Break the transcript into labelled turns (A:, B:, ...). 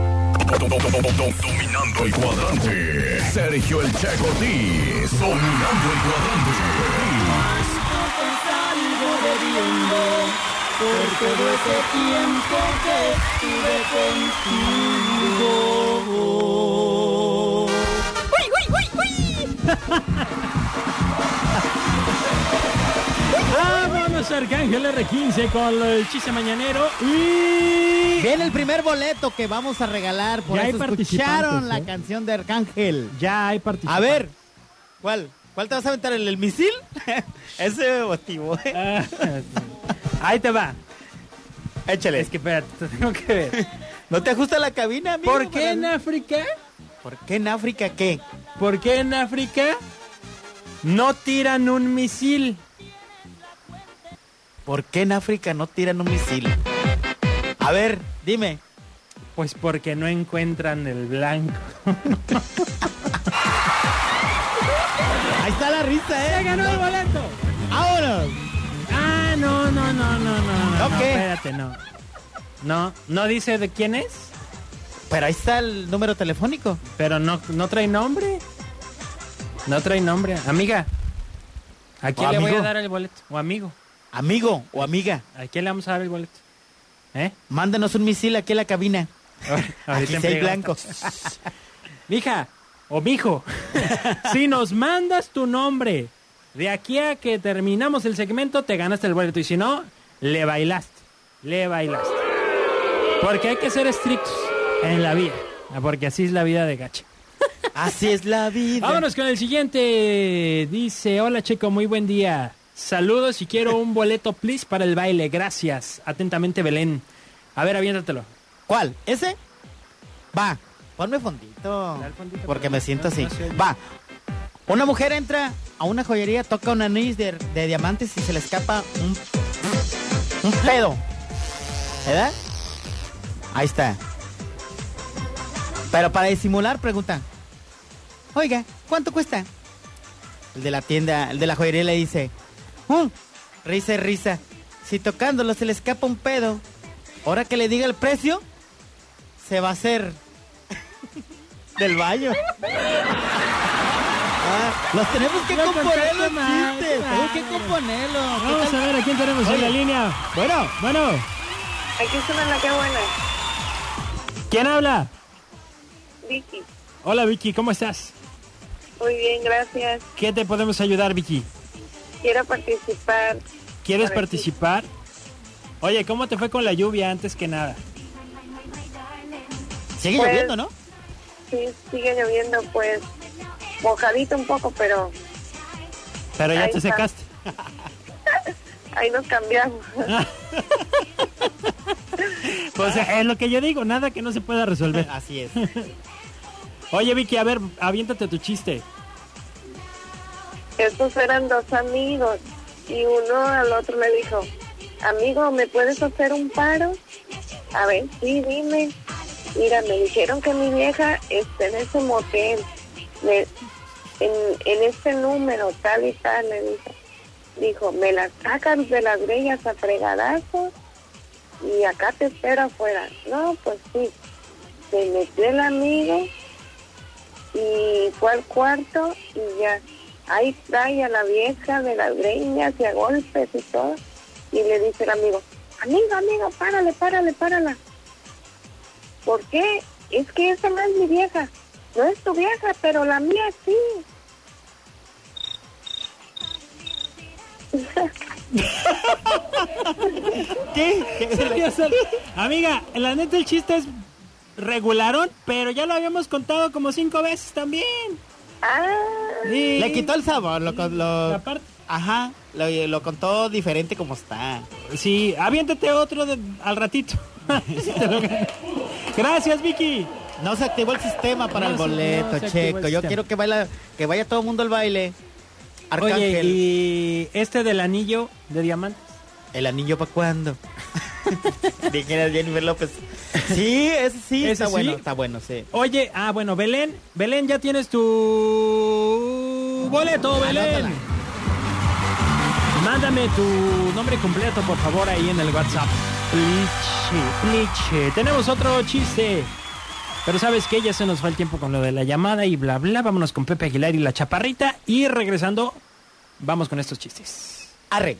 A: do- do- do- do- dominando el cuadrante. Sergio el Checo Diz, dominando el cuadrante.
B: ¡Uy, uy, uy, uy!
C: Vámonos, Arcángel R15 con el chiste mañanero. Y
D: Viene el primer boleto que vamos a regalar. Por
C: Ya hay
D: eso
C: participantes,
D: escucharon la
C: ¿eh?
D: canción de Arcángel.
C: ya hay participantes.
D: A ver, ¿cuál? ¿Cuál te vas a aventar? ¿El, el misil? Ese me motivó, ¿eh?
C: Ah, Ahí te va.
D: Échale.
C: Es que espérate, te tengo que ver.
D: ¿No te ajusta la cabina, amigo?
C: ¿Por qué
D: Para-
C: en África?
D: ¿Por qué en África qué?
C: ¿Por qué en África no tiran un misil?
D: ¿Por qué en África no tiran un misil? A ver, dime.
C: Pues porque no encuentran el blanco.
D: Ahí está la risa,
C: ¡Se
D: ¿eh?
C: ganó el boleto!
D: ¡Vámonos!
C: Ah, no, no, no, no, no. no,
D: ¿No
C: no,
D: qué?
C: espérate, no. No, no dice de quién es,
D: Pero ahí está el número telefónico.
C: pero no, no trae nombre. No trae nombre. Amiga, ¿a quién
D: O
C: le voy a
D: amigo.
C: dar el boleto? O amigo,
D: Amigo o amiga,
C: ¿a quién le vamos a dar el boleto? ¿Eh?
D: mándanos un misil aquí a la cabina. Aquí
C: en
D: sí hay
C: friega.
D: blanco.
C: Mija, o mijo, si nos mandas tu nombre de aquí a que terminamos el segmento, te ganaste el boleto. Y si no, le bailaste. Le bailaste. Porque hay que ser estrictos en la vida. Porque así es la vida de gacha.
D: Así es la vida.
C: Vámonos con el siguiente. Dice, hola Checo, muy buen día. Saludos y quiero un boleto, please, para el baile. Gracias. Atentamente, Belén. A ver, aviéntatelo.
D: ¿Cuál? ¿Ese? Va, ponme fondito.
C: Dale fondito,
D: Porque
C: pero
D: me
C: no-
D: siento
C: no
D: así.
C: se oye.
D: Va. Una mujer entra a una joyería, toca un anís de, de diamantes y se le escapa un, un pedo. ¿Verdad? Ahí está. Pero para disimular, pregunta. Oiga, ¿cuánto cuesta? El de la tienda, el de la joyería le dice. "Mm", Risa, y risa. Si tocándolo se le escapa un pedo, ahora que le diga el precio, se va a hacer del baño. Ah, los tenemos que
C: No
D: componer los
C: contaste mal,
D: chistes.
C: qué
D: Tenemos que
C: mal.
D: componerlos. ¿Qué
C: Vamos
D: tal?
C: a ver a quién tenemos en la línea.
D: Bueno,
C: Bueno,
E: Aquí suena la que buena.
C: ¿quién habla?
E: Vicky.
C: Hola Vicky, ¿cómo estás?
E: Muy bien, gracias.
C: ¿Qué te podemos ayudar Vicky?
E: Quiero participar.
C: ¿Quieres
E: Para ti.
C: participar? Oye, ¿cómo te fue con la lluvia antes que nada?
D: sigue
E: Pues-
D: lloviendo, ¿no?
E: Sí, sigue lloviendo, pues mojadito un poco, pero
C: Pero ya
E: Ahí
C: te
E: está.
C: secaste.
E: ahí nos cambiamos.
C: Pues es lo que yo digo, nada que no se pueda resolver.
D: Así es.
C: Oye Vicky, a ver, aviéntate tu chiste.
E: Estos eran dos amigos y uno al otro le dijo, amigo, ¿me puedes hacer un paro? A ver, sí, dime. Mira, me dijeron que mi vieja está en ese motel, me- en, en este número, tal y tal, le dijo. Dijo, me la sacan de las grillas a fregadazos y acá te espero afuera. No, pues sí. Se metió el amigo y fue al cuarto y ya ahí trae a la vieja de las greñas y a golpes y todo y le dice el amigo amigo amigo párale párale párala ¿por qué? es que esa no es mi vieja no es tu vieja pero la mía sí
D: ¿Qué?
C: Amiga, la neta el chiste es regularón, pero ya lo habíamos contado como cinco veces también.
E: ah
C: Sí.
D: Le quitó el sabor, lo, con- lo-
C: La parte-
D: ajá, lo, lo contó diferente como está.
C: Sí, aviéntate otro de- al ratito. Si te lo ganas. Gracias, Vicky.
D: No se activó el sistema para
C: No
D: el
C: se-
D: boleto,
C: no se activó el
D: Checo. Yo
C: sistema.
D: quiero que baila, que vaya todo el mundo al baile. Arcángel,
C: Oye, y este del anillo de diamantes.
D: el anillo para cuándo? Dijera Jennifer López. Sí, ese sí,
C: ¿Ese
D: está
C: sí?
D: bueno, está bueno, sí.
C: Oye, ah, bueno, Belén, Belén, ya tienes tu boleto, Belén.
D: Anótala.
C: Mándame tu nombre completo, por favor, ahí en el WhatsApp. Liche, liche. Tenemos otro chiste. Pero sabes que ya se nos fue el tiempo con lo de la llamada y bla bla. Vámonos con Pepe Aguilar y la chaparrita. Y regresando, vamos con estos chistes.
D: Arre.